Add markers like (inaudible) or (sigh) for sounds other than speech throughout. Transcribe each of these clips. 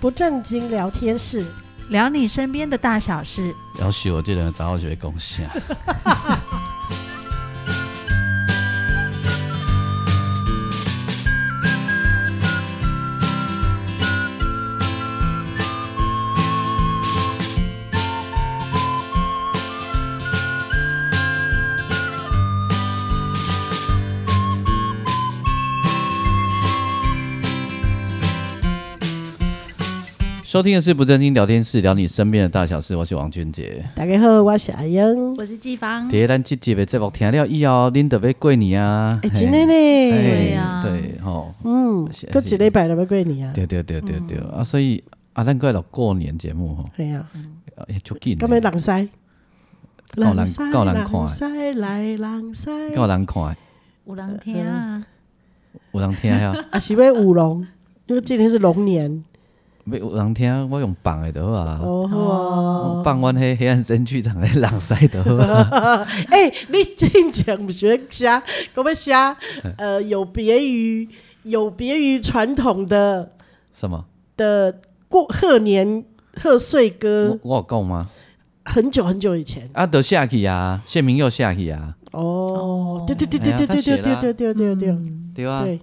不正经聊天室，聊你身边的大小事。要许我这人早就会贡献。收听的是不正经聊天室，聊你身边的大小事。我是王俊杰。大家好，我是阿英。我是季芳，第一咱这集的节目听了以后，恁就要过年啊！哎、真的嘿呢，对啊对吼，嗯是，过几礼拜就要过年啊，对对对对对啊！所以啊，咱过来录过年节目吼，系啊，哎，就紧的，咁咪人塞，够人塞够人看的人塞来人塞，够人看的，五郎天啊，有人听呀， (laughs) 啊是要舞龙，因为今天是龙年，要有人听，啊我用放的就好啊。哦好啊，我放阮迄黑暗神剧场的人塞就好 (laughs) 啊。哎、你进前不学写，我们写，呃，有别于有别于传统的什么？的过贺年贺岁我歌，我有讲吗？很久很久以前。啊，都下去啊，谢明又下去啊，哦，对对对对哎呀对他对写对了啊对对对对对对啊。对，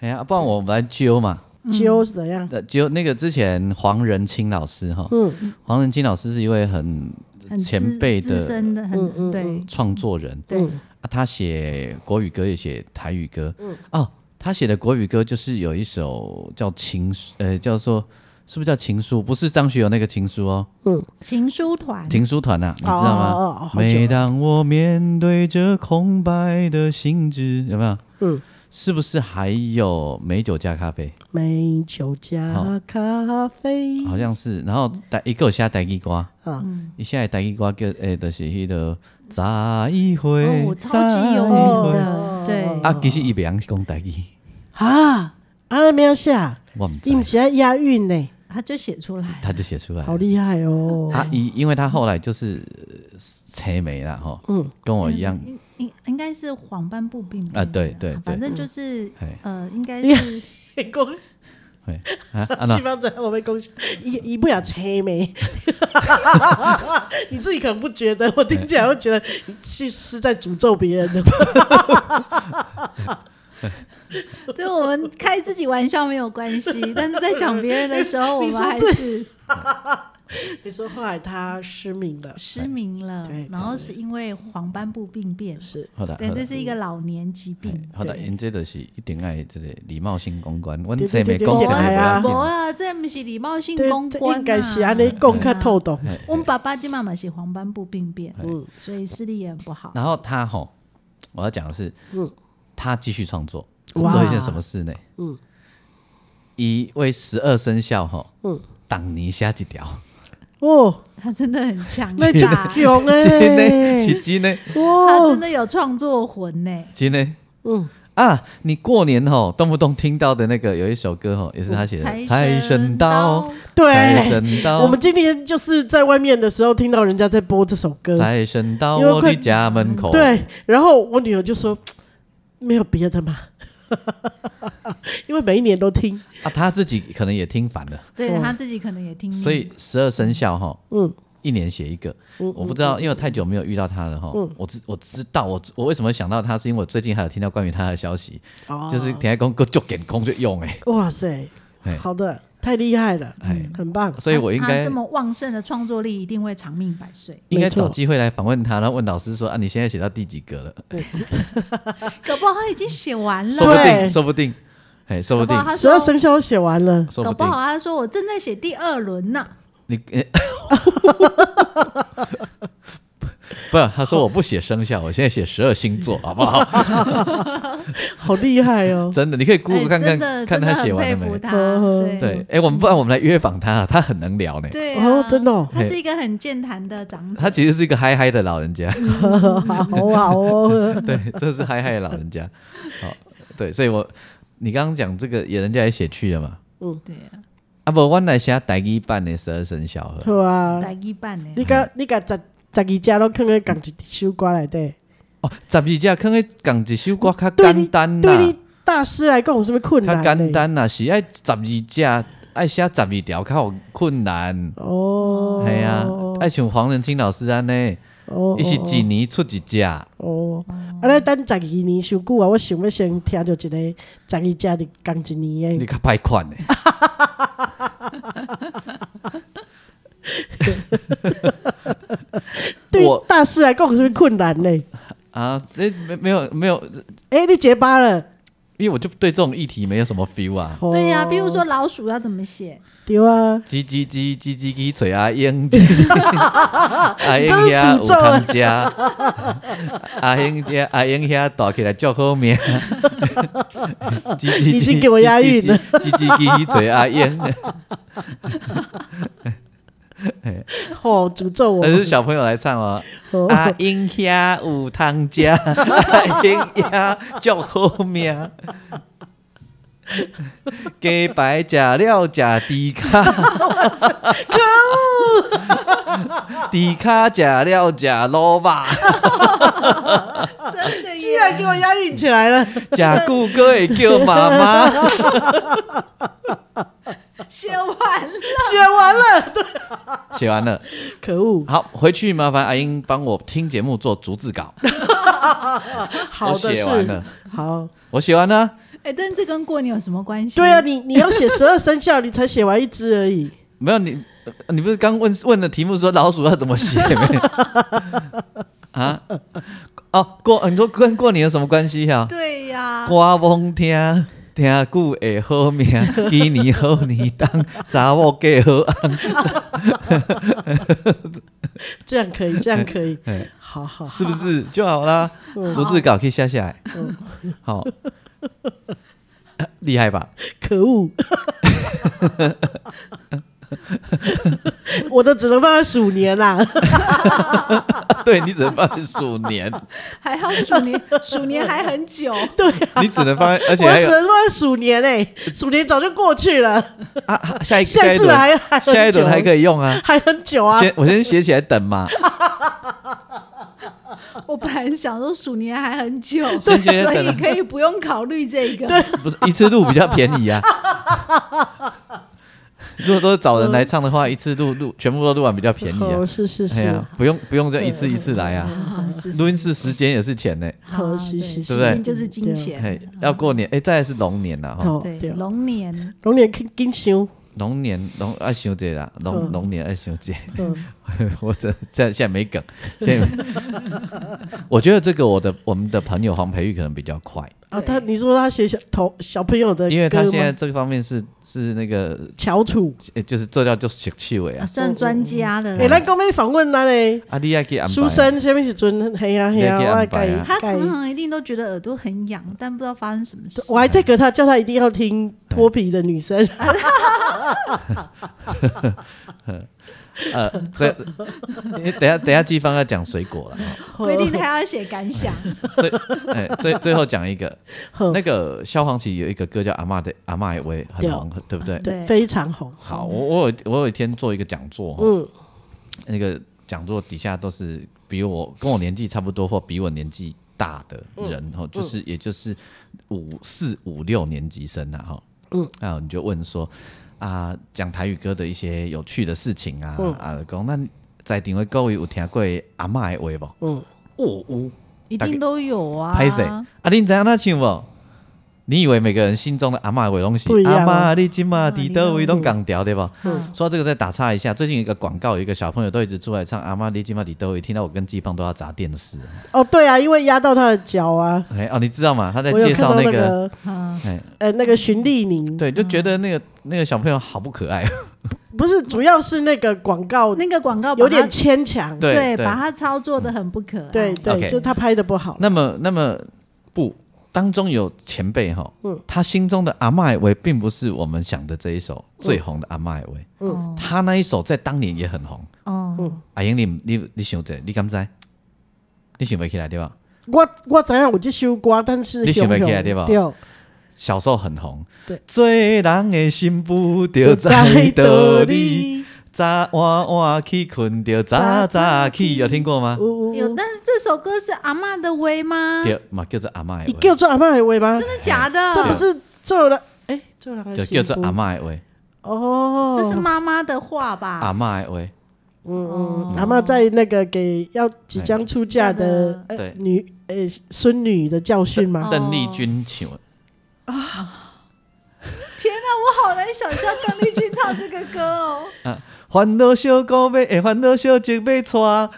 哎呀，不然我们来揪嘛。揪是怎样？呃，揪那个之前黄仁清老师哈，嗯，黄仁清老师是一位很很前辈资资的深的，嗯嗯很对嗯创作人对嗯啊，他写国语歌也写台语歌。哦，他写的国语歌就是有一首叫《情书》，呃，叫做是不是叫《情书》？不是张学友那个《情书》哦，情书团《情书团》啊，你知道吗？哦哦哦好久了每当我面对着空白的心智，有没有？嗯，是不是还有美酒加咖啡？美酒加咖啡好像是，然后带一个下带一瓜，啊，一下带一瓜叫诶，就是迄个再一回哦，超级有再一名回的，对啊，其实伊袂晓讲台语，啊啊，没有下，我毋知你，们写押韵呢，他就写出来，他就写出来了。好厉害哦！(laughs) 嗯啊，伊因为他后来就是呃车没了哈，嗯跟我一 (laughs) 样，应应应该是黄斑部病啊对对对反正就是哎呃，应该厉是恭嘿啊啊那 (laughs) 基本上我们恭喜一一不了切没， (laughs) 你自己可能不觉得，我听起来会觉得你是是在诅咒别人的。 (laughs) (laughs) 对我们开自己玩笑没有关 (laughs) 系，但是在讲别人的时候，我你们说还这是你说后来他失明了，失明了对，然后是因为黄斑部病变，是好的对，啊好这的。是一个老年疾病。好的，因这就是一定爱这个礼貌性公关，阮对车没对对讲对什么哎不呀要无紧，啊，哦这不是礼貌性对公关、啊，应该是安尼讲嗯较透懂。我们爸爸跟妈妈是黄斑部病变，哎嗯所以视力也很不好。然后他吼，我要讲的是，他继续创作，哇做一件什么事呢？嗯一为十二生肖吼，嗯挡泥下一条，哦，他真的很 (laughs) 强那大，穷 (laughs) 真哎的，是真的，他哇真，的有创作魂呢、真的。嗯，啊，你过年吼，动不动听到的那个有一首歌吼，也是他写的《财神到》，财对。神到，我们今天就是在外面的时候听到人家在播这首歌，财神到因为我快的家门口。，对，然后我女儿就说没有别的嘛， (laughs) 因为每一年都听，啊，他自己可能也听烦了，对嗯他自己可能也听腻，所以十二生肖吼，嗯一年写一个，嗯我不知道，因为我太久没有遇到他了哈。我知我知道，我我为什么想到他，是因为我最近还有听到关于他的消息，哦就是田爱公够就给空就用哎哇塞，哎，好的，太厉害了，哎很棒。所以我应他该这么旺盛的创作力，一定会长命百 (laughs) 岁。应该没错找机会来访问他，然后问老师说啊，你现在写到第几个了？搞不好他已经写完说不了，定，对说不定，哎，说不定搞，不好他十二生肖写完了，说搞不不定好，他说我正在写第二轮呢。你 (laughs) 呃不，他说我不写生肖，我现在写十二星 (laughs) 座，好不好？好厉害哦！ (laughs) 真的，你可以哎 Google 看看真的看真的他写很完佩了服没？他，嗯对对，哎，我们不然我们来约访他，他很能聊呢。对啊哦，真的哦，他是一个很健谈的长者，他其实是一个嗨嗨的老人 (laughs) 家，(laughs) 好好哦， (laughs) 对，这是嗨嗨的老人家。好，对，所以我你刚刚讲这个，也人家也写去了嘛。嗯对啊，啊不，我来写台语版的十二生肖好了，好啊。大一半呢，你嗯甲你甲十十二家拢囥咧共一首歌内底，哦，十二只可以讲一首歌较对你简单对啦你，大师来讲有什么困较难？简，单啦，是爱十二只爱写十二条较有困难，哦，系啊，爱像黄仁清老师安尼，哦伊是一年出一只，哦，啊，咱等十二年伤久啊，我想要先听着一个十二只的讲一年你的，较歹款诶。对我大师来讲有什么困难呢？啊，这没没有没有，哎，你结巴了，因为我就对这种议题没有什么 feel 啊。哦对呀、比如说老鼠要怎么写？对啊，叽叽叽叽叽叽，嘴阿英，叽叽阿英遐有通食，阿英遐阿英遐大起来叫好命，叽叽叽，已经给我押韵了叽叽叽叽叽嘴阿英，哦，诅咒我那，是小朋友来唱哦。哦阿英遐有通食，阿英遐叫好命，鸡排食了食猪卡，猪卡食了食卤肉，啊真的居然给我押韵起 (laughs) 来了，食久哥会叫妈妈，写完了，写完了，对，写完了。可恶，好，回去麻烦阿英帮我听节目做逐字稿，好我的写完是了，好，我写完了，哎、但这跟过年有什么关系？对啊，，你你要写十二生肖，你才写完一只而已，没有你，呃你不是刚问问的题目说老鼠要怎么写 (laughs) 吗？啊？哦，过你说跟过年有什么关系呀、对呀、歌罔听，听久会好命，今年好年当，查某嫁好翁。这样 (laughs) 可以，这样可以哎，好好，好是不是就好啦？嗯逐字稿可以下下来，好，厉害吧？可 (laughs) 恶！我的只能放在鼠年啦，对你只能放在鼠 (laughs) 年，还好鼠年，鼠年还很久，你只能放在，而且我还只有能放在鼠年哎、鼠年早就过去了，啊啊，下一下一次轮还还很下一轮久还可以用啊。还很久啊。先我先写起来等嘛，我本来想说鼠年还很久，对所对以对可以不用考虑这个。不是一次录比较便宜啊。 (laughs) 如果都是找人来唱的话，一次录录全部都录完比较便宜啊哦，。是是哎是，呀，不用不用这样一次一次来啊，啊是录音室时间也是钱呢。好好是是对是对不对时间就是金钱，嘿，嗯要过年哎，再来是龙年了哈，哦对，对，龙年龙年跟跟熊，龙年龙二小姐啦，龙嗯龙年二小姐，嗯， (laughs) 我这现在现在没梗，现在 (laughs) 我觉得这个我的我们的朋友黄培玉可能比较快，啊，对他你说他写小头小朋友呃的歌吗，因为他现在这个方面是是那个翘楚，诶就是这叫做学气味啊啊，算专家了哎、。咱讲要访问咱嘞，啊，你要去安排啊书生什么时阵？嘿啊你嘿也啊，可以我安爱排改啊他改常，常一定都觉得耳朵很痒，但不知道发生什么事。我还 take 他，叫他一定要听脱皮的女生。呃，这你等下等下，季芳要讲水果了。规定他要写感 (laughs) 想，最哎、最最后讲一 (laughs) 个，好那个萧煌奇有一个歌叫《阿嬷的阿嬷的味》，很对红，对不啊对？对，(laughs) 对非常红。好，我我有我有一天做一个讲座，嗯，嗯，那个讲座底下都是比我跟我年纪差不多或比我年纪大的人，哈、就是也就是五四五六年级生啊，哈，嗯，啊，你就问说啊，讲台语歌的一些有趣的事情啊，啊，讲那在场的各位有听过阿嬷的话不？嗯，哦，有。一定都有啊。拍谁？啊，你知影那唱无？你以为每个人心中的阿嬷的东西不一，样阿啊嬷你今嘛伫倒位啊拢港调对吧？嗯说到这个再打岔一下，最近有一个广告，有一个小朋友都一直出来唱阿嬷你今嘛伫倒位，听到我跟季芳都要砸电视。哦，对啊，因为压到他的脚啊，哎哦，你知道吗？他在我有介看绍到那个，个嗯，哎，呃那个循例宁，对，就觉得那个那个小朋友好不可爱。哦嗯不是主要是那个广告那个广告把它啊有点牵强， (laughs) 对，对把。它操作的很不可爱。对对， OK 就他拍的不好。那么那么不，当中有前辈哈，嗯他心中的阿嬷的味，并不是我们想的这一首最红的阿嬷的味，哦他那一首在当年也很红。哦，阿英，你你你想者，你敢知？你想不起来对吧？我我怎样我这首歌，但是你想不起来对对吧对，小时候很红对，做人的心不着在道理，早晚晚去困着早早起，有听过吗？有，有，但是这首歌是阿嬷的威吗？对，嘛叫做阿嬷你的叫做阿嬷的话吗真？的假的？啊这不是做了，哎，做了还话，就是叫做幸福阿嬷的话。哦，这是妈妈的话吧？阿妈喂，嗯阿妈在那个给要即将出嫁的嗯呃对女呃孙女的教训吗？邓丽君请问，天哪，我好难想象邓丽君唱这个歌 (laughs) 哦。烦恼小姑妹，哎，烦恼小姐被娶无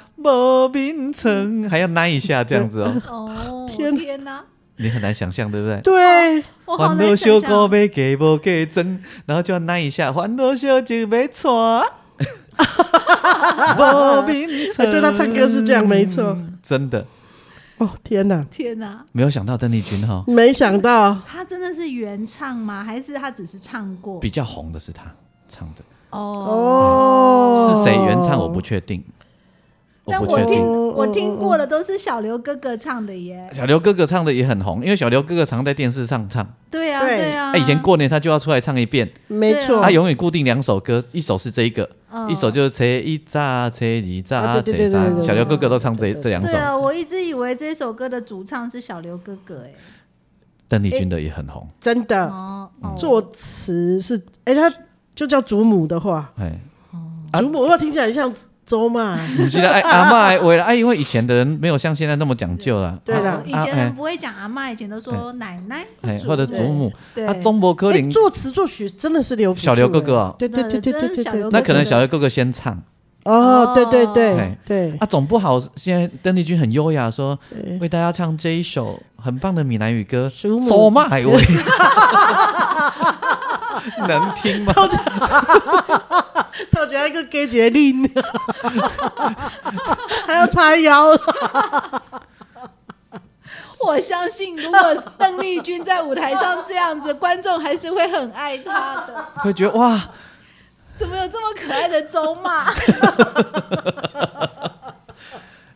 眠床，还要奶一下这样 (laughs) 子哦，哦，天哪天哪，你很难想象，对不对？对，我好烦难恼小想姑象。妹嫁无嫁妆，然后就要奶一下，烦恼小姐被娶。 (laughs) 无眠哎床，对他唱歌是这样，没错。真的哦，天哪，天哪，没有想到邓丽君哈、没想到她真的是原唱吗？还是她只是唱过？比较红的是她唱的，哦，嗯哦，是谁原唱我不确定，我但不我确听定。我听过的都是小刘哥哥唱的耶。小刘哥哥唱的也很红，因为小刘哥哥常在电视上唱，对啊，对对啊他。哎以前过年他就要出来唱一遍，没错对啊，他永远固定两首歌，一首是这一个，嗯一首就是车一炸车一炸啊哦对对车对对三，对小刘哥哥都唱这这两对首，啊，我一直以为这首歌的主唱是小刘哥哥哎。邓丽君的也很红，真的哦哦，嗯作词是哎，他就叫祖母的话，哎，啊祖母的话听起来像周嘛，我们记 (laughs) 得哎阿妈哎，为了哎，因为以前的人没有像现在那么讲究了， (laughs) 对啦啊哦以啊前人哎不会讲阿妈，以前都说奶奶哎或者祖母，对啊，中国科林哎，作词作曲真的是刘福小刘柱哥哥哎哦对对对对对对小对，刘哥那可能小刘哥哥先唱哦，对对对哎对啊，总不好现在邓丽君很优雅说对，为大家唱这一首很棒的闽南语歌祖母《走马 (laughs) 海味》，能听 (laughs) 吗？他觉得一个给决定， (laughs) (laughs) 还要叉腰，我相信，如果邓丽君在舞台上这样子，观众还是会很爱她的。会觉得哇，怎么有这么可爱的周 (laughs) 骂？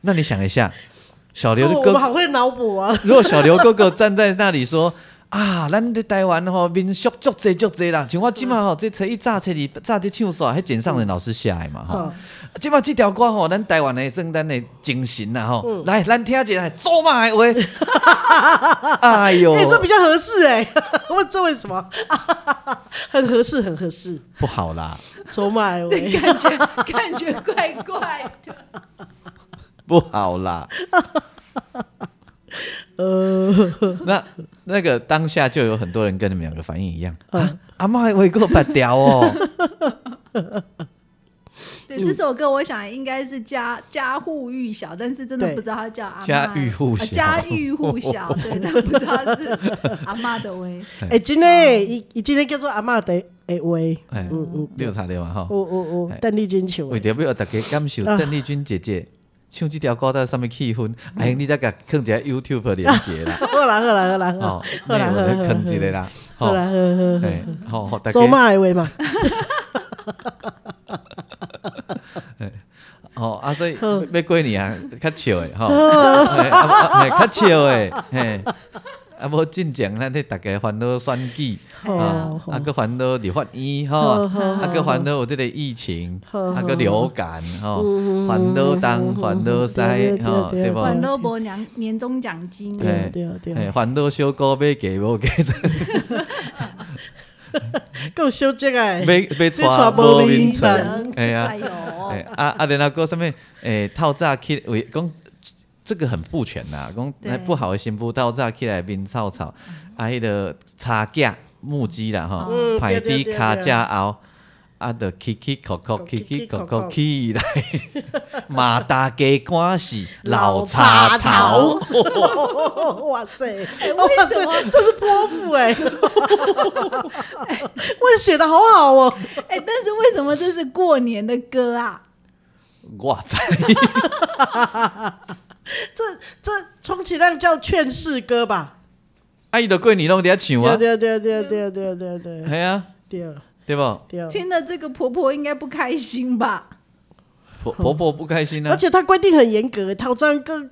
那你想一下，小刘的哦我哥们好会脑补啊！如果小刘哥哥站在那里说 (laughs) 啊，咱在台湾吼民俗足济足济啦，像我即嗯马吼这初一早初二早就唱煞，迄简啊上人老师写的嘛吼嗯。即马这条歌吼，咱台湾的算咱的精神啦嗯吼，来咱听一下做嘛 (laughs) 的话。哎呦，哎，这比较合适哎，我这为什么？很合适，很合适，不好啦，走马喂，感觉感觉怪怪的。不好啦。 (laughs) 呃， (laughs) 那那个当下就有很多人跟你们两个反应一样，嗯啊，阿妈还会给我拔 (laughs) 掉哦。对，嗯这首歌我想应该是家家喻户晓，但是真的对不知道它叫阿妈。家喻户晓呃家喻户晓，对，但不知道是 (laughs) 阿妈的喂。哎，今天伊伊今天叫做阿嬷的哎喂，哎，嗯你有查到嘛吼？我我我邓丽君求为着要大家感受啊邓丽君姐姐唱这条歌到上面气嗯氛，哎，你再甲放一个 YouTube 连接 (laughs) 啦，喝啦喝啦喝啦哦，喝内啦有喝啦的放一个啦，喝啦吼，喝喝喝，哎，吼，吼大走家，马的喂嘛，吼，啊，所以要过年啊，较笑的 (laughs) 吼，哎啊啊哎较笑的，嘿，啊，无进前咱咧大家烦恼选举。啊哦，啊，个烦恼立法院好吼，好啊个烦恼有这个疫情，好嗯啊个流感吼，烦恼东烦对对恼西对吼，对对不？管乐博年年终奖金，对啊哎对对哎，烦恼小哥要嫁无嫁，够修正 (laughs) 哎，要要娶无眠 (laughs) 床，哎呀哎，呦，哎啊啊，然后个什物哎，透早起为讲这个很父权呐，讲对哎不好的媳妇透早起来面臭臭，啊迄个叉架木屐啦吼，嗯排对对伫对脚架后。啊，就起起扣扣，起起扣扣 (laughs) 起来，马大家官是老插头，哇塞！哇为什么塞，这是泼妇哎！我写的好好哦，哎、但是为什么这是过年的歌啊？ (laughs) 我知。 (laughs) 啊这这充其量叫劝世歌吧？啊，伊就过年拢伫遐唱对对啊，对对对对对对系啊，对对不？对。听了这个婆婆应该不开心吧？婆婆婆不开心嗯啊而，且它规定很严格，头张个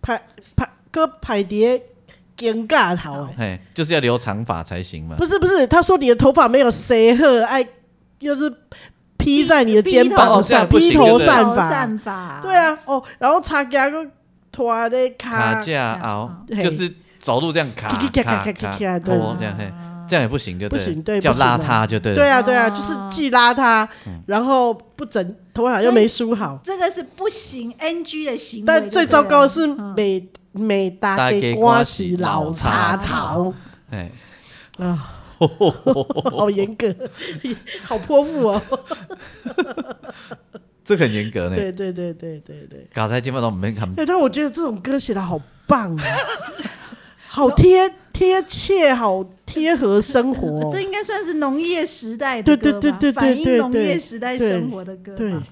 排排个排碟尴尬头哎，嘿，就是要留长发才行嘛。不是不是，他说你的头发没有谁和爱，又是披在你的肩膀哦这样上，不行披头对散头发，散发，对，啊，哦，然后擦牙个拖的卡卡，架凹啊哎哦嘿就是走路这样卡咔咔咔卡咔咔咔卡对啊拖这样嘿，这样也不行，就不行对对了，叫不行啊邋遢就对了。对啊，哦对啊，就是既邋遢，嗯然后不整头发又没梳好，这个是不行 NG 的行为。但最对不对糟糕的是嗯每每搭大给家瓜瓜洗是老老茶茶头头哎， (laughs) 啊。好严格， (laughs) 好泼妇哦！ (laughs) 这个很严格呢。对对对对对对，搞才基本上没看哎，但我觉得这种歌写的好棒啊， (laughs) 好贴贴切，好贴合生活哦 (laughs) 这。应该算是农业时代对对的歌吧，对对对反映对农对业时代对生活的歌吧。对，嗯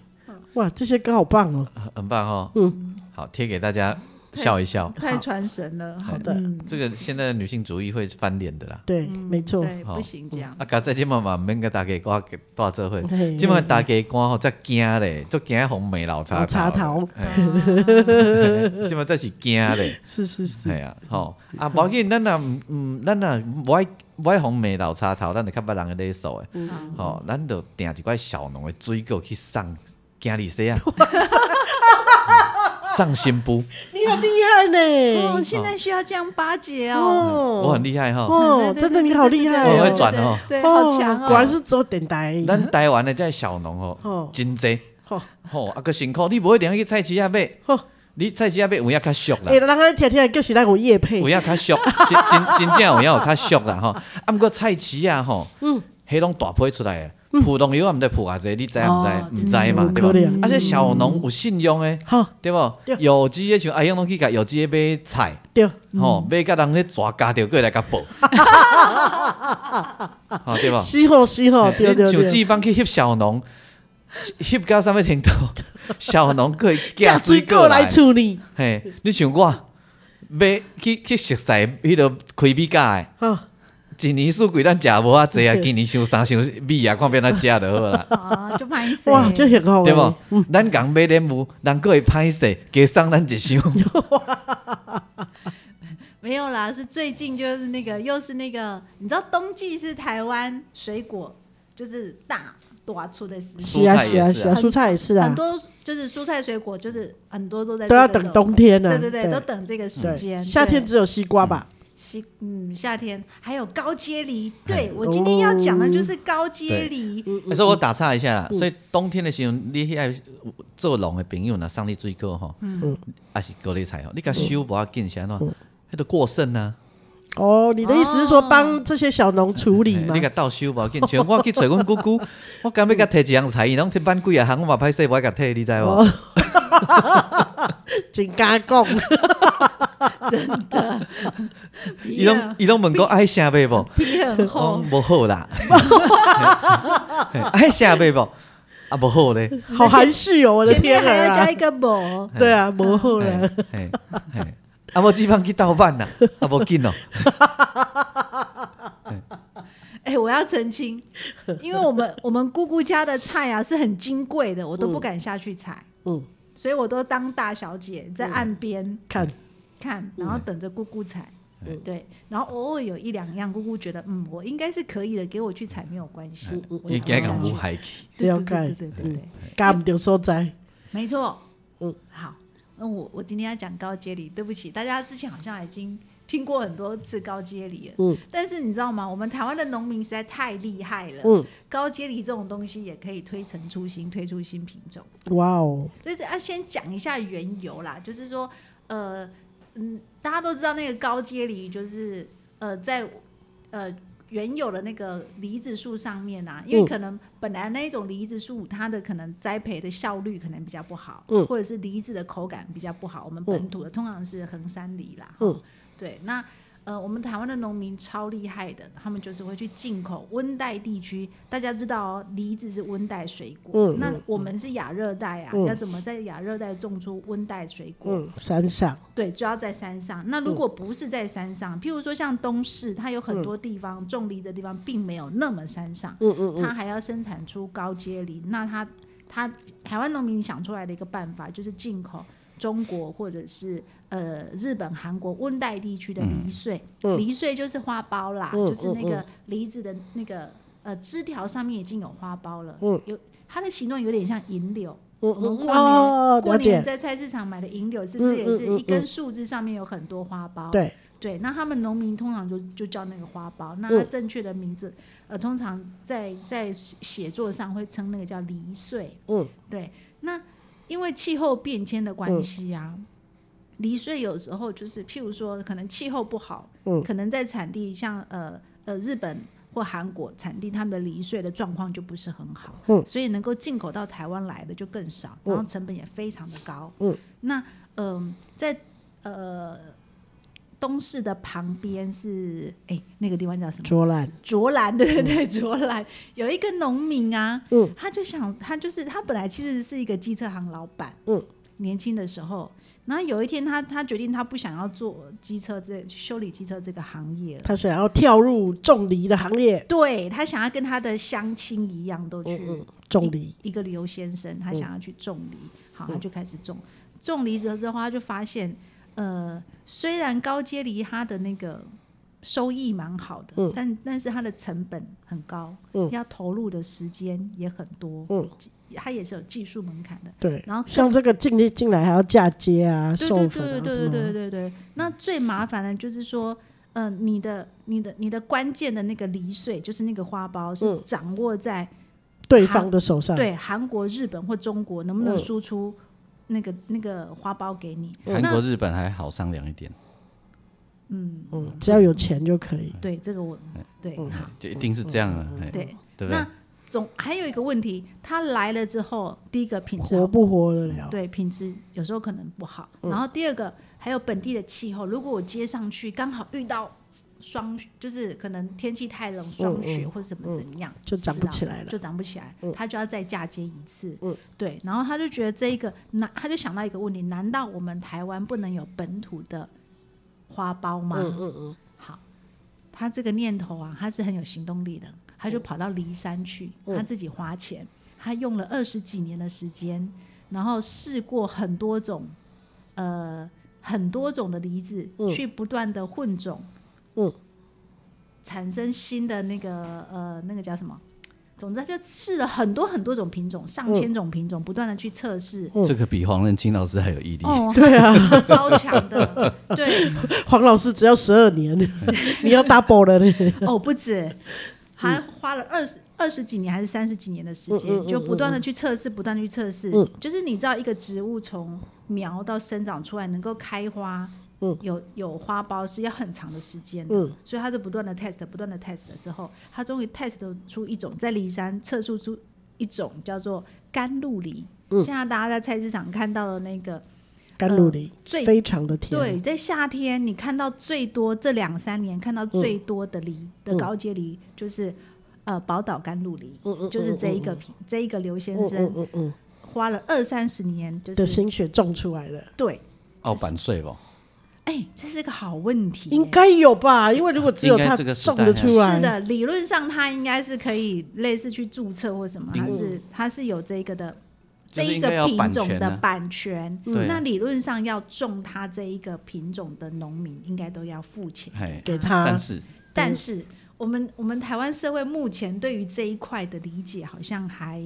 哇，这些歌好棒哦！很棒哦。嗯，好，贴给大家笑一笑。太传神了。好的，嗯，这个现在的女性主义会翻脸的啦。对，没错。对，好不行这样。啊，搞在基本上免跟大家瓜给大社会嘿嘿，基本大家瓜吼才惊嘞，就惊红梅老茶哎老茶 (laughs) 头，基本这是惊嘞。是是系是，啊，吼啊，无要紧，咱若毋毋，咱若无爱无爱红梅老茶头，咱就较捌人个礼数诶。嗯吼，咱就订一寡小农诶水果去送囝儿 (laughs) 婿啊，嗯送新妇，你很厉害哦，呢！现在需要这样巴结哦。哦我很厉害吼。哦， (laughs) 对对对真的对你好对厉对害对我哦！会转哦对，对对好强哦。，果然是走电台。咱台湾的这些小农哦吼，真济吼，吼，啊个辛苦，你无一定要去菜市啊买吼，你菜市啊买有影较俗啦哦哎，，人家天天就是咱有夜 (laughs) 配有，影较俗，真真真正有影有较俗啦吼。啊，毋过菜市啊吼，嗯迄拢大批出来的，普通药啊毋知普偌济，你知啊毋知？毋知嘛，对哦有可吧？能啊，这小农有信用的，好对无对？有机的像阿英拢去甲有机的买菜，对，吼，嗯买甲人咧蛇加着过来甲 (laughs) 报，吼对无？是吼是吼，啊哎你对对像对。志芳去翕小农，翕到啥物程度？ (laughs) 小农可以寄水果过来来，处理，嘿，你像我买去去熟悉迄个开米价的，哈，一年四季咱食无啊济啊，今年收三收米啊，看变咱食就好啦啊，就拍死。哇，这很 (laughs) 好对欸无？？咱共买莲雾，人个会歹势，加送咱 (laughs) 一箱。嗯没有啦，是最近就是那个，又是那个，你知道冬季是台湾水果就是大多出的时是期，蔬啊菜是也啊是是啊，啊蔬菜也是很啊，多就是蔬菜水果就是很多都在都要这个时等候冬天呢。对对对，都等这个时对间。夏天对只有西瓜吧？西嗯夏天还有高阶梨，哎对我今天要讲的哦就是高阶梨，所以我打岔一下嗯啦，所以冬天的时候，你遐做农的朋友若送你水果吼，嗯还是高丽菜吼，你甲收无要紧，是安怎？迄个过剩啊。哦，你的意思是说帮这些小农处理嘿吗你？甲倒收无要紧，像我去找阮姑姑，我敢要甲摕一样菜，伊拢摕班几啊行，我嘛歹势，无爱甲摕，你知哦 (laughs) 无？真敢 (laughs) 讲，真的，伊皮拢很伊拢问我爱啥买无？皮很我厚讲，哦无好啦，嘿爱啥买无？啊，无好咧。好含蓄哦，我的前面天还儿要加啊一！个某，对啊，模糊嘿了。嘿嘿啊，无只方去倒办啦，啊，无 (laughs) 紧哦。哎，我要 (laughs) 澄清，因为我们我们姑姑家的菜啊是很金贵的，我都不敢下去采，嗯，所以我都当大小姐在岸边看，看，然嗯后等着姑姑采。对，然后偶尔有一两样，姑姑觉得嗯，我应该是可以的，给我去采没有关系。嗯我伊就惊下共去母害去，对了对解对对对对对，干不掉所在。哎没错。嗯嗯，好，那我我今天要讲高阶礼，对不起，大家之前好像已经听过很多次高阶礼了。嗯嗯，但是你知道吗？我们台湾的农民实在太厉害了。嗯，高阶礼这种东西也可以推陈出新，推出新品种。哇哦，但是要先讲一下缘由啦，就是说，呃，嗯，大家都知道那个高阶梨，就是呃，在呃原有的那个梨子树上面啊，因为嗯可能本来那一种梨子树，它的可能栽培的效率可能比较不好，嗯或者是梨子的口感比较不好。我们本土的通常是衡山梨啦，嗯对，那。呃，我们台湾的农民超厉害的，他们就是会去进口温带地区。大家知道哦，梨子是温带水果，嗯那我们是亚热带啊，嗯要怎么在亚热带种出温带水果？嗯，山上，对，就要在山上。那如果不是在山嗯上，譬如说像东市，它有很多地方、种梨的地方并没有那么山上，嗯嗯它还要生产出高阶梨。那它它台湾农民想出来的一个办法就是进口。中国或者是呃日本、韩国温带地区的梨穗，嗯梨穗就是花苞啦，嗯就是那嗯个梨子的那个呃枝条上面已经有花苞了，嗯有它的形状有点像银柳，嗯我们过嗯年、哦，过了解，年在菜市场买的银柳，是不是嗯也嗯是嗯一根嗯树枝上面有很多花苞？对，对，那他们农民通常就就叫那个花苞，那它嗯正确的名字，呃，通常在在写作上会称那个叫梨穗。嗯，对，那因为气候变迁的关系啊，梨穗有时候就是，譬如说，可能气候不好，嗯可能在产地像呃呃日本。或韩国产地，他们的梨穗的状况就不是很好，嗯所以能够进口到台湾来的就更少，嗯然后成本也非常的高。嗯，那嗯、在呃东市的旁边是哎、那个地方叫什么？卓兰，卓兰，对对对，卓兰有一个农民啊，嗯他就想，他就是他本来其实是一个机车行老板，嗯，年轻的时候，然后有一天他他决定他不想要做机车这修理机车这个行业了，他想要跳入种梨的行业，对他想要跟他的乡亲一样都去嗯嗯，种梨，一个刘先生，嗯他想要去种梨，好，他就开始种。种梨子之后，他就发现，呃，虽然高阶梨它的那个收益蛮好的，嗯但但是它的成本很高，嗯要投入的时间也很多，嗯技它也是有技术门槛的。对，然后更像这个进进进来还要嫁接啊、对授对粉对啊嗯对什对对么，对对。那最麻烦的就是说，呃，你的你的你的关键的那个梨穗，就是那个花苞，是嗯掌握在对方的手上，对韩国、日本或中国能不能嗯输出那个、那个花苞给你？韩那国、日本还好商量一点，嗯，只要有钱就可以，对这个我对、嗯好就一定是这样啊，哎对。对不对那？总还有一个问题，他来了之后，第一个品质活好不活得了？对品质有时候可能不好，然后第二个还有本地的气候，如果我接上去刚好遇到霜，就是可能天气太冷，霜雪、或者怎么怎么样，就长不起来了嗯就长不起来，他就要再嫁接一次。对，然后他就觉得这一个难，他就想到一个问题：难道我们台湾不能有本土的花苞吗？嗯嗯嗯，好，他这个念头啊，他是很有行动力的，他就跑到骊山去，嗯他自己花钱，他用了二十几年的时间，然后试过很多种，呃，很多种的梨子，嗯去不断的混种，嗯，产生新的那个呃那个叫什么？总之，他就试了很多很多种品种，上千种品种，不断的去测试。嗯这个比黄仁清老师还有毅力，哦，对啊，超强的， (laughs) 对，黄老师只要十二年， (laughs) 你要 double 了 (laughs) 呢， (laughs) 哦，不止，嗯还花了二十二十几年还是三十几年的时间，嗯嗯嗯就不断的去测试，不断地去测试。嗯就是你知道，一个植物从苗到生长出来能够开花，嗯有有花苞是要很长的时间的，嗯所以他就不断的 test，不断的 test 之后，他终于 test 出一种，在骊山测试出一种叫做甘露梨。嗯现在大家在菜市场看到的那个甘露梨最非常的甜，嗯对，在夏天你看到最多这两三年看到最多的梨、的嗯高阶梨，就是呃宝岛甘露梨，嗯，嗯嗯，就是这一嗯个品，这一个刘先嗯生嗯嗯嗯花了二三十年，就的是心血种出来的，对，澳版税吧，哎，这是个好问题耶、应该有吧？因为如果只有应该他这个时种代得出来，是的，理论上他应该是可以类似去注册或什么，嗯应他是他是有这个的这就是一应个该要品版种权的啊版权，对嗯啊那理论上要种它这一个品种的农民应该都要付钱。哎，给他但，是但是我们我们台湾社会目前对于这一块的理解，好像还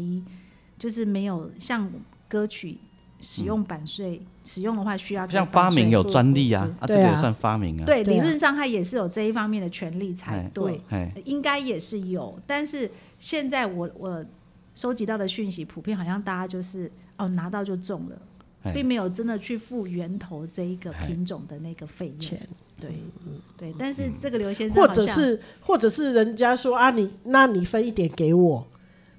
就是没有像歌曲使用版税、使用的话需要给像版发税明有专利啊嗯嗯，啊，这对个啊也算发明啊，对对理啊论上它也是有这一方面的权利才哎对，哎，应该也是有。但是现在我我收集到的讯息，普遍好像大家就是哦拿到就中了。哎并没有真的去付源头这一个哎嗯品种的那个费用钱，对对，但是这个刘先生或好者像是或者是人家说啊，你那你分一点给我，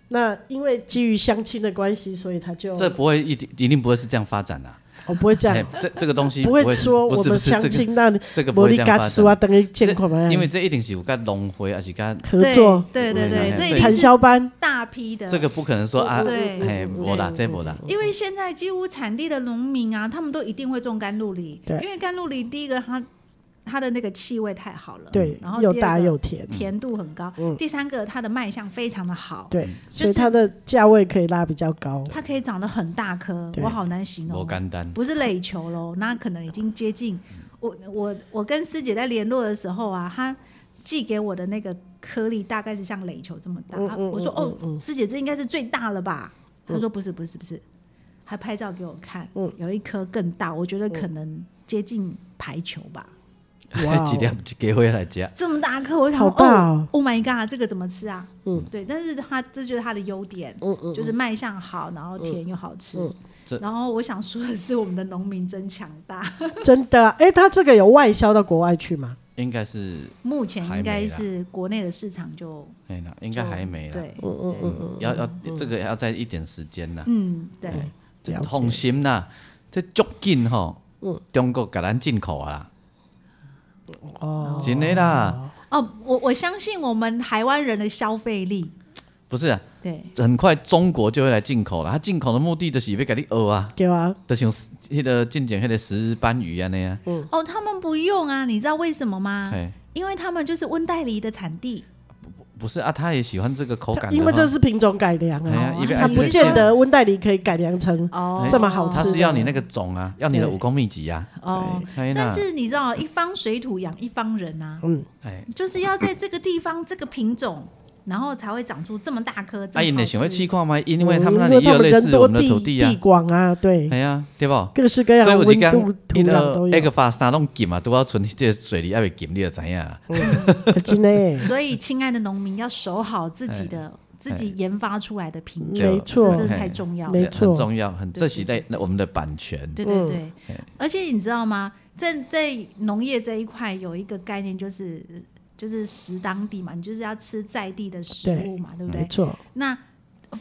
那因为基于相亲的关系，所以他就这不会一定一定不会是这样发展的，我不会这哎样，，这这个东西不会会是说不我是不们是相这个亲，那你这个不我会你这样嘎发子说啊，展，等于见款嘛，因为这一定是有跟农会，而且跟合作对对对嗯对，这这已产经是销班，大批的。这个不可能说啊，对哎，我啦，这我啦，因为现在几乎产地的农民啊，他们都一定会种甘露梨，对因为甘露梨第一个它它的那个气味太好了，对然后，又第二大个又甜，甜度很高，嗯第三个它的卖相非常的好，对，嗯就所是以它的价位可以拉比较高，它可以长得很大颗，对我好难形容我哦，简单，不是垒球喽，那可能已经接近嗯我我我跟师姐在联络的时候啊，她寄给我的那个颗粒大概是像垒球这么大，啊嗯嗯我说嗯哦，师姐这应该是最大了吧？她说不是不是不是，他拍照给我看，嗯有一颗更大，我觉得可能接近排球吧，哇 (laughs) 哦几两给回来家，这么大颗，我想好大哦哦，Oh my god，这个怎么吃啊？嗯，对，但是它这就是它的优点，嗯嗯，就是卖相好，然后甜又好吃。这然后我想说的是，我们的农民真强大，真的啊，哎、它这个有外销到国外去吗？应该是目前还应没该啦是国内的市场就哎呀，应该还没啦。对，嗯，要要这个要再一点时间啦。嗯，对，这了解放心啦，这足紧吼，中国给咱进口啊啦，哦，真的啦，哦，我我相信我们台湾人的消费力，不是啊对，很快中国就会来进口了。它进口的目的就是要给你讹啊，对啊，就像迄个进前迄个石斑鱼安尼啊，嗯哦，他们不用啊，你知道为什么吗？哎，因为他们就是温带梨的产地，不是啊，他也喜欢这个口感的因为话这是品种改良哎呀啊，一边它不见得温带梨可以改良成哦这么好吃他是要你那个种啊，要你的对武功秘籍啊，哦。哎但那是你知道，一方水土养一方人啊，嗯哎，就是要在这个地方这个品种，然后才会长出这么大颗。这阿么姨啊哎你好想会吃气矿吗？因嗯为他们那因为里也有类人似多我们的地土地啊地，广啊，对，哎呀，对不？各式各样所以的我温就讲度、土因壤都那个有，发三弄金嘛，都要存这水里爱袂金，你就知影啊。真嗯 (laughs) 的，所以，亲爱的农民要守好自己的哎自己研发出来的品种，没错这真的太重要了。没错很重要，很这是在那我们的版权。对对对，而且你知道吗？在在农业这一块有一个概念，就是就是食当地嘛，你就是要吃在地的食物嘛，对不没对？错，那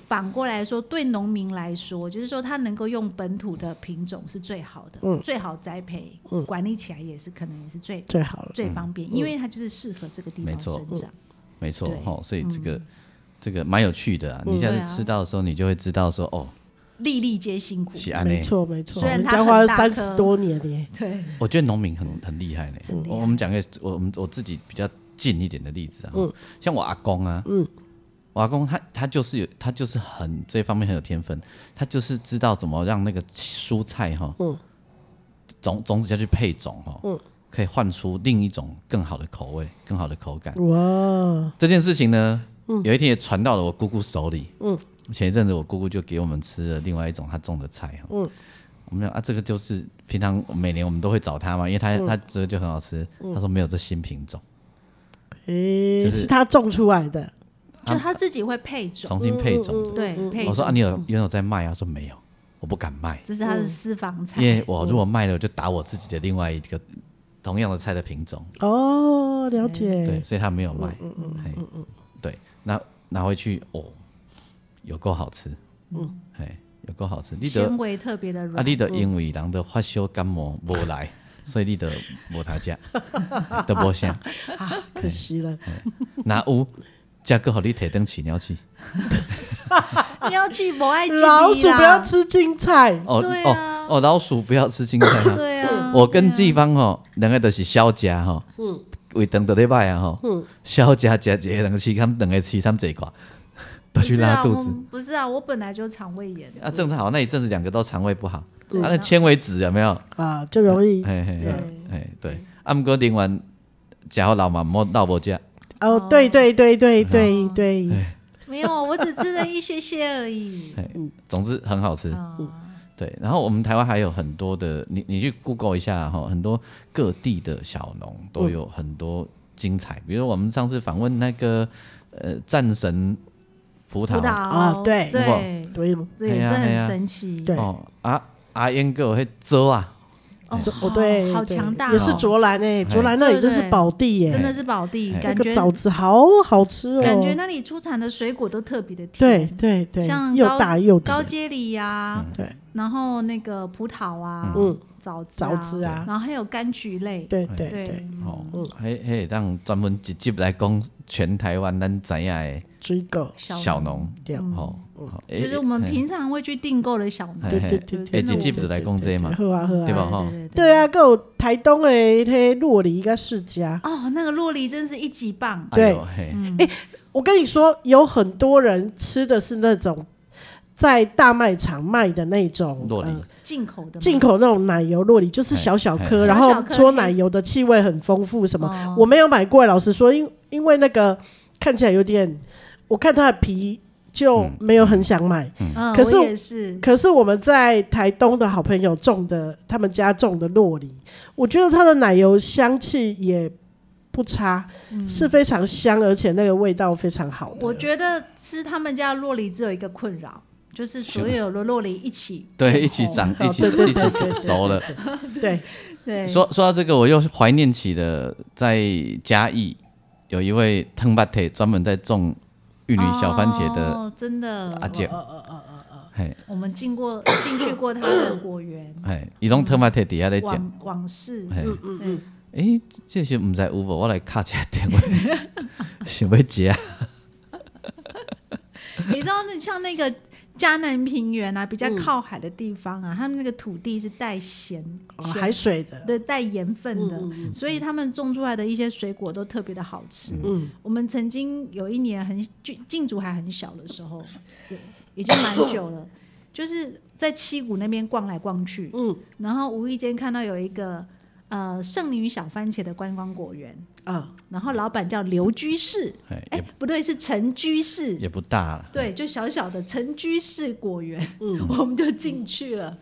反过来说，对农民来说，就是说他能够用本土的品种是最好的，嗯最好栽培，管理起来也是可能也是最最好了，最方便，因为它就是适合这个地嗯没方错嗯生长。没错对哈、吼所以这个、嗯这个蛮有趣的啊。你下对次啊吃到的时候，你就会知道说哦，粒粒皆辛苦，喜安呢没。错没错，虽然人它家花了很大三颗十多年耶，对，我觉得农民很很厉害呢。嗯很厉害我我们讲个我我们我自己比较近一点的例子啊，嗯像我阿公啊，我阿公他他就是有他就是很这方面很有天分，他就是知道怎么让那个蔬菜哈，嗯种种子下去配种哈，可以换出另一种更好的口味、更好的口感。哇，这件事情呢，有一天也传到了我姑姑手里。嗯，前一阵子我姑姑就给我们吃了另外一种她种的菜哈。嗯，我们讲啊，这个就是平常每年我们都会找她嘛，因为她、她这个就很好吃。她说没有这新品种，诶，就是是他种出来的，啊就他自己会配种，重新配种的。对，配我说种啊，你有原有在卖啊？她说没有，我不敢卖，这是他的私房菜因，为我如果卖了，我就打我自己的另外一个同样的菜的品种。哦，了对，解，所以她没有卖。嗯嗯嗯对，那拿回去哦，有够好吃。嗯，哎，有够好吃。你得纤维特别的啊，软。你著因为人的发烧感冒无来， (laughs) 所以你著无通食， (laughs) 都无啥。啊，可惜了，若有，则个互你提灯饲鸟去。妖气不爱鸡老鼠不要吃青菜，哦、对啊哦哦，老鼠不要吃青菜啊！对嗯啊，我跟季芳吼，两个都是小食吼，嗯胃肠都咧歹啊吼，小食食一个两个吃三两个吃三这一块，都不去是拉啊，肚我子。不是啊，我本来就肠胃炎，啊，正常好，那一阵子两个都肠胃不好，啊，对那纤维质有没有？啊，就容易嘿嘿对嘿，嘿对。啊，毋过另外，食好老嘛，毋好老无食。哦，对对对对对哦对，没有，我只吃了一些些而已。哎，总之很好吃。啊，对，然后我们台湾还有很多的，你你去 Google 一下哈，很多各地的小农都有很多精彩。比如我们上次访问那个呃战神葡葡萄，萄啊对对，对，这也是哎很呀神奇。对哦啊阿燕哥会遮啊，哦这好哦对，好对强大哦，也是卓兰诶，卓兰那里真是宝地耶，真的是宝地，哎那感个觉枣子好好吃哦，感觉那里出产的水果都特别的对甜，对对，像又高大又高甜，阶梨呀，嗯对，然后那个葡萄啊，嗯，枣子枣子啊，啊，然后还有柑橘类，对对对对，，哦，嘿嘿，让专门一集来讲全台湾咱怎样的追狗小农，对，哦，哦哎嗯就是我们平常会去订购的小农，哎对嘿对对哎对，一真的集我就来讲这嘛，喝啊喝对啊，吧哈对对啊，还有台东诶，迄洛梨个世家，哦，那个洛梨真是一级棒，哎呦嘿，嗯我跟你说，有很多人吃的是那种在大卖场卖的那种洛梨呃进口的吗进口那种奶油洛梨，就是小小颗，哎然小后小颗说奶油的气味很丰富，什么哦我没有买过，老实说，因因为那个看起来有点，我看它的皮就嗯没有很想买。嗯，可是我也是，可是我们在台东的好朋友种的，他们家种的洛梨，我觉得它的奶油香气也不差，是非常香，而且那个味道非常好的。嗯我觉得吃他们家的洛梨只有一个困扰，就是所有的洛梨一起对，一起长，哦一起对对一对对，起熟了。对。对，对，说说到这个，我又怀念起了在嘉义有一位藤巴特专门在种玉米小番茄的哦、真的阿姐，哦嘿，我们进过 (coughs) 进去过他的果园，嘿，伊拢藤巴特底下在讲，往往事，嘿，对，诶，这这些毋知有无，我来敲一下 (laughs) 电话，想要食啊，你知道那像那个迦南平原啊，比嗯较靠海的地方啊，他们那个土地是带咸哦咸海水的，对，带盐分的，嗯所以他们种出来的一些水果都特别的好吃。嗯我们曾经有一年很进进组还很小的时候，对已经蛮久了，就是在七股那边逛来逛去，嗯然后无意间看到有一个呃圣女小番茄的观光果园，啊，然后老板叫刘居士，嘿，哎、不对，是陈居士，也不大了，对，就小小的陈居士果园，嗯 (laughs) 我们就进去了，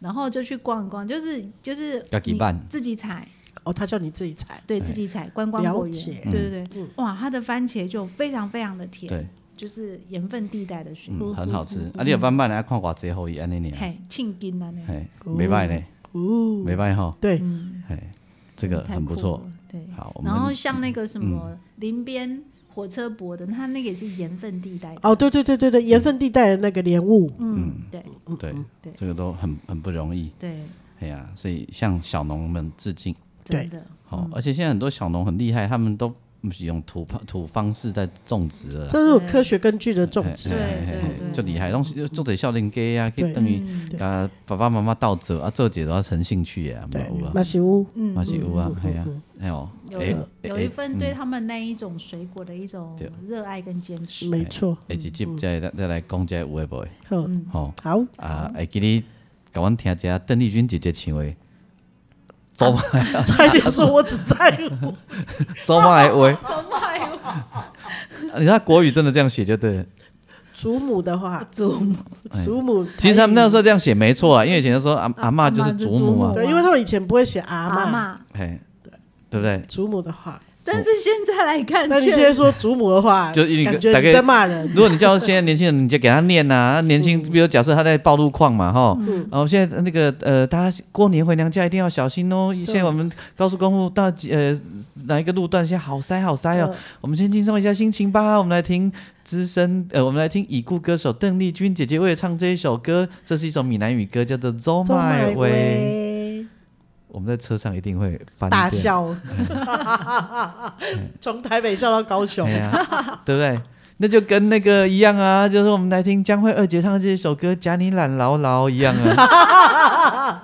然后就去逛一逛，就是就是自己你办自己采，哦，他叫你自己采，对自己采观光了果园，解对对对，嗯哇，它的番茄就非常非常的甜，嗯对，就是盐分地带的水果，嗯，很好吃。啊，你有慢慢来看偌济好伊安尼尔，嘿，庆金啊那个，嘿，袂歹呢，哦，袂歹吼，对，嗯嘿，这个太很不酷错了。，对。好，我然后们嗯像那个什么林边火车泊的，它那个也是盐分地带的，哦，对对对对对，盐分地带的那个莲雾，嗯，对对对这个都很很不容易，对，哎呀、所以向小农们致敬。对真的，好、而且现在很多小农很厉害，他们都不是用土土方式在种植了啦。啊这是有科学根据的种植对。嘿嘿嘿对对，就厉害，东西就做点少年家啊，去对等于嗯甲爸爸妈妈倒做啊，做者都要成兴趣的啊，嘛对有，啊，那是屋，嗯嘛是有啊嗯，系啊，哎呦，有哎一有一哎份对他们那一种水果的一种对热爱跟坚持。没错。哎，直嗯接再来再来讲这有诶无诶，嗯，吼 (laughs) 好，嗯啊，会记你甲阮听一下邓丽君姐姐 (laughs) 唱诶，周差一点说我只在乎。周妈 (laughs) 诶话，怎么有 (laughs) 啊你看国语真的这样写就对了。祖母的话，祖母？祖母，哎其实他们那时候这样写没错啦，因为以前都说阿啊阿嬷就是阿嬷是祖祖母啊母，对，因为他们以前不会写阿阿妈，妈，嘿，对不对？祖母的话，但是现在来看，那你却现在说祖母的话，就一感觉大概你在骂人。如果你叫现在年轻人，你就给他念呐、啊。年轻，比如假设他在报路况嘛，哈，然后现在那个呃，大家过年回娘家一定要小心哦。现在我们高速公路到几呃哪一个路段现在好塞好哎塞哦，我们先轻松一下心情吧。我们来听资深呃，我们来听已故歌手邓丽君姐姐为了唱这一首歌，这是一首闽南语歌，叫做《走中马买哦喂》。威我们在车上一定会翻大掉 (laughs) 笑，从台北笑到高雄哎。 (laughs) 呀，对不对？那就跟那个一样啊，就是我们来听江蕙二姐唱的这首歌《夹你懒牢牢》一 (laughs) 样啊，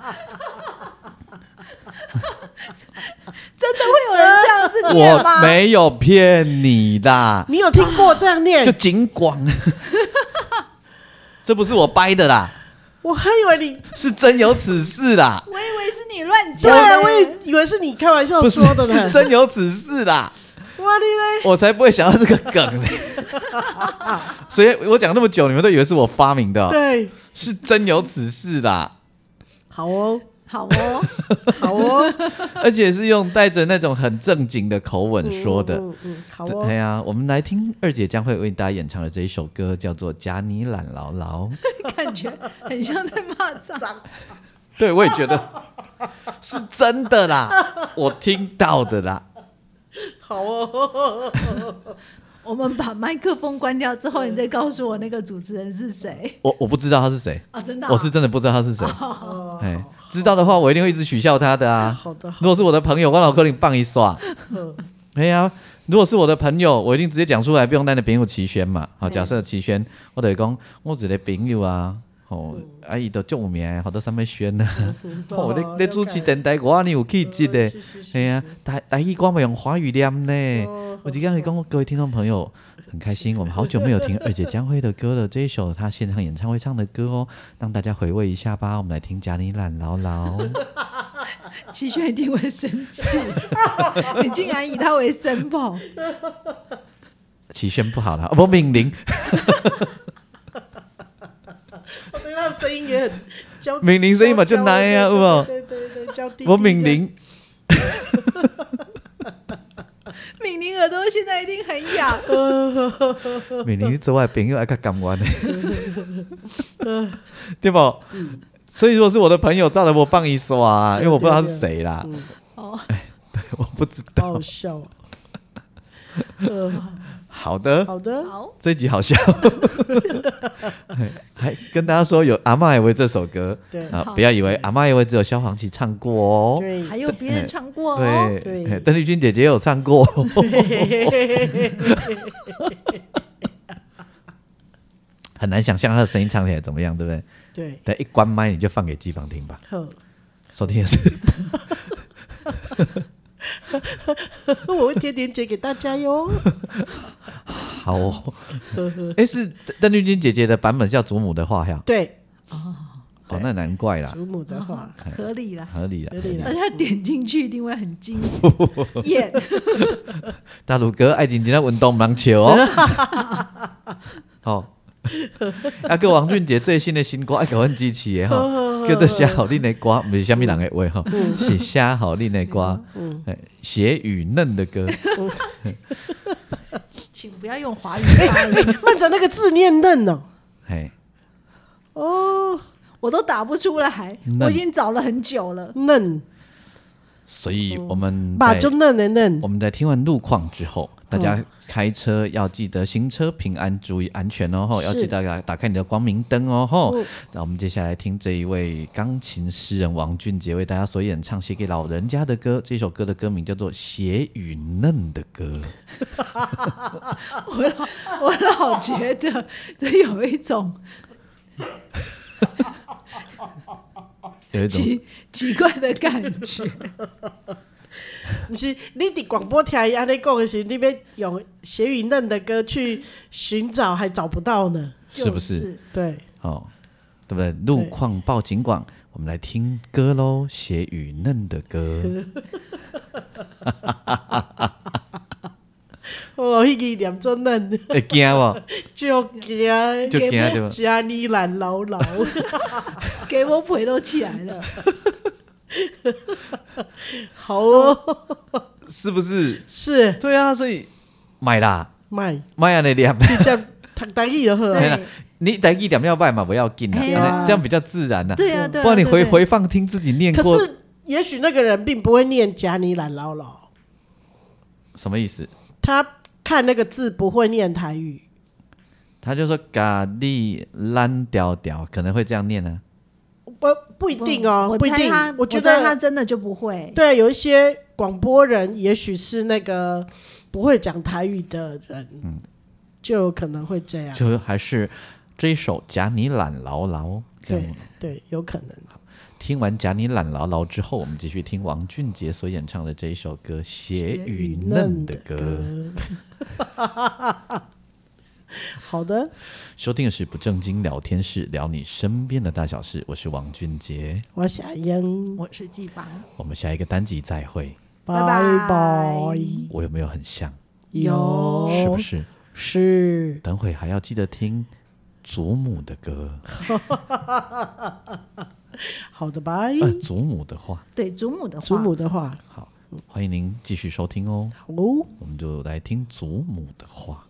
真的会有人这样子念我吗？没有骗你啦，你有听过这样念就？警广， (laughs) 这不是我掰的啦，我还以为你，是真有此事啦， (laughs) 我以为是你乱对讲，啊，我以以为是你开玩笑不是说的呢是。真有此事啦，哇你我才不会想到这个 (laughs) 梗嘞。所以我讲那么久，你们都以为是我发明的嘞，哦、对，是真有此事啦，好哦，好哦，好哦，而且是用带着那种很正经的口吻说的。嗯，嗯嗯好对哎哦，呀、我们来听二姐将会为大家演唱的这一首歌，叫做《夹你懒牢 (laughs) 牢》。 (laughs) 感觉很像在骂脏。对，我也觉得 (laughs) 是真的啦，我听到的啦。好哦， (laughs) 我们把麦克风关掉之后，你再告诉我那个主持人是 (laughs) 谁我我不知道他是谁，啊？真的啊，我是真的不知道他是谁。哎，知道的话，我一定会一直取笑他的啊。好的，好如果是我的朋友，我老哥你棒一刷。的，哎呀、如果是我的朋友，我一定直接讲出来，不用担那朋友齐轩嘛。好，假设齐轩，我得讲我一个朋友啊，哦，阿姨都救命，好多上面轩啊。 (laughs) 哦，你你主持电台我你有气质的，是是是哎呀，台台语我们用华语念呢。我就跟你讲，各位听众朋友，很开心，我们好久没有听二姐江辉的歌了，这一首她现场演唱会唱的歌哦，让大家回味一下吧。我们来听《贾里懒牢牢》，齐轩一定 (laughs) 会生气，你竟然以他为生宝，齐宣不好了，哦不 (laughs) 敏玲，我哦对他的声音也很娇，敏玲声音嘛就那样，有无？对对对，娇滴。我敏，玲， (laughs) 敏玲耳朵现在一定很 (laughs) 痒，敏玲之外朋友还较甘 (laughs) 愿的， (laughs) 对不？所以如果是我的朋友，照了我棒一刷，因为我不知道他是谁啦，哦，我不知好道好。笑 (laughs) 哦。呃，好的，好的，好，这一集好笑， (laughs) 还跟大家说有《阿妈也会》这首歌对啊，好不要以为《阿妈也会》只有萧煌奇唱过哦。对还有别人唱过哦，对，对嘿邓丽君姐姐有唱过。 (laughs) 很难想象她的声音唱起来怎么样，对不对？ (laughs) 对，等一关麦你就放给机房听吧，呵，收听的是我会贴链接给大家哟。好哦。哎，是邓丽君姐姐的版本叫祖母的话呀，对，哦，那难怪啦，祖母的话，哦合理啦。合理啦。合理啦大家点进去一定会很 (laughs) 惊艳，大鲁哥爱情今天运动蛮球哦。 (laughs) 好，哦啊，个王俊杰最新的新歌爱搞阮支持 (laughs) 的吼，叫做写好恁的歌，不是虾米人的话吼，嗯是写好恁的歌，哎写与嫩的歌，请不要用华语发音，慢着那个字念嫩哦。嘿，哦，我都打不出来，那我已经找了很久了。嫩所以我们吧，在哦就嫩的嫩我。们在听完路况之后，大家开车要记得行车平安，注意安全哦，吼，是要记得打打开你的光明灯哦，吼嗯。那我们接下来听这一位钢琴诗人王俊杰为大家所演唱写给老人家的歌，这首歌的歌名叫做《血与嫩的 (laughs) 歌》。我老我老觉得这有一种有一种奇奇怪的感 (laughs) 觉，不是，你伫广播听伊安尼讲的时候，你要用写与嫩的歌去寻找，还找不到呢。就是不是？对，哦，对不对？路况报警广，我们来听歌喽，《血与嫩的歌》 (laughs) 哦，迄个念做嫩，会哎惊哦不？就惊就惊对吧？家里懒牢牢。给我腿都起来 (laughs) 了。好哦，是不是？是对啊，所以买啦，卖，买啊，你念。这样读台语就好对啊。哎呀你等一点要拜嘛，不要紧啦，啊哎呀这样比较自然啦。对啊，对啊，不然你对回对回放听自己念可过，是，也许那个人并不会念家里懒牢牢，什么意思？他看那个字不会念台语。他就说咖喱烂屌屌，可能会这样念啊呢、不不一定哦，我不一猜定他，。我我觉猜他得真的就不会。对，有一些广播人也许是那个不会讲台语的人，就有可能会这样。嗯就还是这一首《夹你懒牢牢》这对样。对，有可能。听完《夹你懒牢牢》之后，我们继续听王俊杰所演唱的这一首歌《血与嫩的歌》。 (laughs) 好的，收听的是不正经聊天室，聊你身边的大小事。我是王俊杰，我想英，我是季芳，我们下一个单集再会。拜拜拜。我有没有很像？有是不是？是等会还要记得听祖母的歌，好的吧？呃，祖母的话。对祖母的话，嗯祖母的话，好，欢迎您继续收听哦，好哦。我们就来听祖母的话。